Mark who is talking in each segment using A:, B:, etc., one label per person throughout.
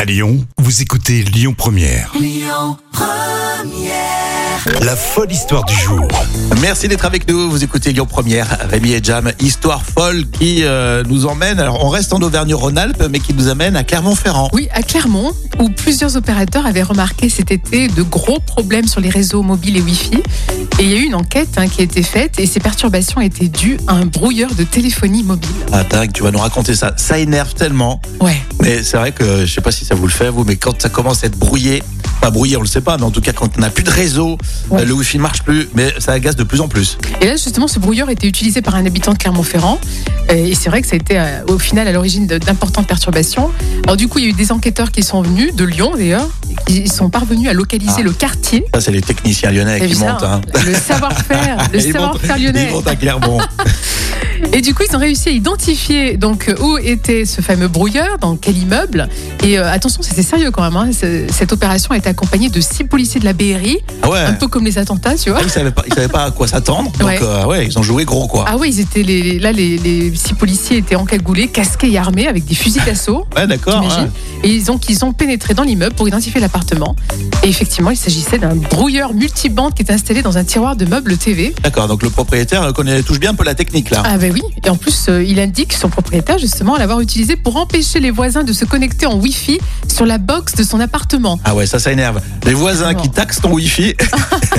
A: À Lyon, vous écoutez Lyon Première. La folle histoire du jour.
B: Merci d'être avec nous. Vous écoutez Lyon Première, Rémi et Jam, histoire folle qui euh, nous emmène. Alors on reste en Auvergne-Rhône-Alpes, mais qui nous amène à Clermont-Ferrand.
C: Oui, à Clermont, où plusieurs opérateurs avaient remarqué cet été de gros problèmes sur les réseaux mobiles et Wi-Fi. Et il y a eu une enquête hein, qui a été faite et ces perturbations étaient dues à un brouilleur de téléphonie mobile.
B: Ah dingue, tu vas nous raconter ça. Ça énerve tellement.
C: Ouais.
B: Mais c'est vrai que je sais pas si ça vous le fait vous, mais quand ça commence à être brouillé, pas brouillé, on le sait pas, mais en tout cas quand on n'a plus de réseau,
C: Ouais.
B: euh, le wifi marche plus, mais ça agace de plus en plus.
C: Et là, justement, ce brouilleur était utilisé par un habitant de Clermont-Ferrand. Euh, Et c'est vrai que ça a été euh, au final à l'origine de- d'importantes perturbations. Alors du coup, il y a eu des enquêteurs qui sont venus, de Lyon d'ailleurs, qui sont parvenus à localiser
B: Ah.
C: le quartier.
B: Ça c'est les techniciens lyonnais
C: T'as
B: qui
C: vu ça,
B: montent.
C: hein
B: hein.
C: Le savoir-faire, le
B: Ils montent-
C: savoir-faire lyonnais.
B: Ils montent à Clermont.
C: Et du coup, ils ont réussi à identifier donc euh, où était ce fameux brouilleur, dans quel immeuble. Et euh, attention, c'était sérieux quand même. hein. C'est- Cette opération a été accompagnée de six policiers de la BRI,
B: Ah ouais. Ah,
C: un peu comme les attentats, tu vois.
B: Ils savaient pas, ils savaient pas à quoi s'attendre. Donc
C: Ouais.
B: euh, ouais, ils ont joué gros quoi.
C: Ah oui, ils étaient les, là, les, les six policiers étaient encagoulés, casqués et armés avec des fusils d'assaut.
B: Ouais d'accord.
C: t'imagines
B: ouais.
C: Et ils ont, ils ont pénétré dans l'immeuble pour identifier l'appartement. Et effectivement, il s'agissait d'un brouilleur multibande qui était installé dans un tiroir de meubles TV.
B: D'accord, donc le propriétaire euh, connaît, touche bien un peu la technique là.
C: Ah ben oui, et en plus euh, il indique son propriétaire justement l'avoir utilisé pour empêcher les voisins de se connecter en Wi-Fi sur la box de son appartement.
B: Ah ouais, ça, ça énerve. Les voisins qui taxent ton Wi-Fi.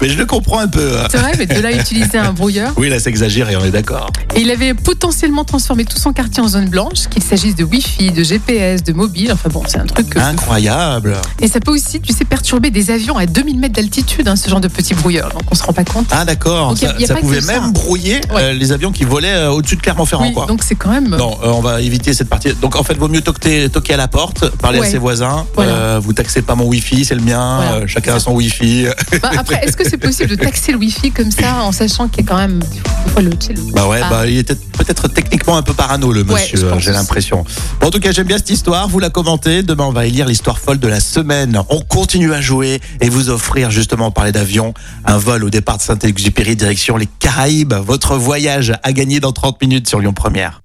B: Mais je le comprends un peu. hein.
C: C'est vrai, mais de là à utiliser un brouilleur.
B: Oui, là, c'est exagéré, on est d'accord.
C: Et il avait potentiellement transformé tout son quartier en zone blanche, qu'il s'agisse de Wi-Fi, de GPS, de mobile. Enfin bon, c'est un truc. euh,
B: Incroyable.
C: Et ça peut aussi, tu sais, perturber des avions à 2000 mètres d'altitude, hein, ce genre de petit brouilleur. Donc on se rend pas compte.
B: Ah d'accord,
C: Donc, y a-
B: ça,
C: y a
B: ça
C: pas que
B: pouvait
C: ça.
B: même brouiller
C: Ouais.
B: euh, les avions qui volaient euh, au-dessus de Clermont-Ferrand.
C: Oui,
B: quoi.
C: donc c'est quand même.
B: Non, euh, on va éviter cette partie. Donc en fait, vaut mieux toquer, toquer à la porte, parler à
C: Ouais.
B: ses voisins.
C: Voilà.
B: Euh, vous taxez pas mon Wi-Fi, c'est le mien.
C: Voilà.
B: euh, chacun a son Wi-Fi.
C: Bah, après, est-ce que c'est possible de taxer le Wi-Fi comme ça en sachant qu'il y a quand même des fois, le, tu sais, le-
B: Bah ouais,
C: Ah.
B: bah, il était peut-être techniquement un peu parano, le
C: Ouais,
B: monsieur, hein,
C: je pense
B: j'ai
C: aussi.
B: l'impression. Bon, en tout cas, j'aime bien cette histoire, vous la commentez. Demain, on va y lire l'histoire folle de la semaine. On continue à jouer et vous offrir, justement, on parlait d'avion, un vol au départ de Saint-Exupéry, direction les Caraïbes. Votre voyage à gagner dans 30 minutes sur Lyon Première.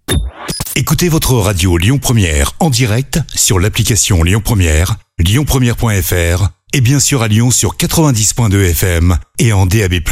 A: Écoutez votre radio Lyon Première en direct sur l'application Lyon Première, lyonpremière.fr et bien sûr à Lyon sur 90.2 FM et en DAB+.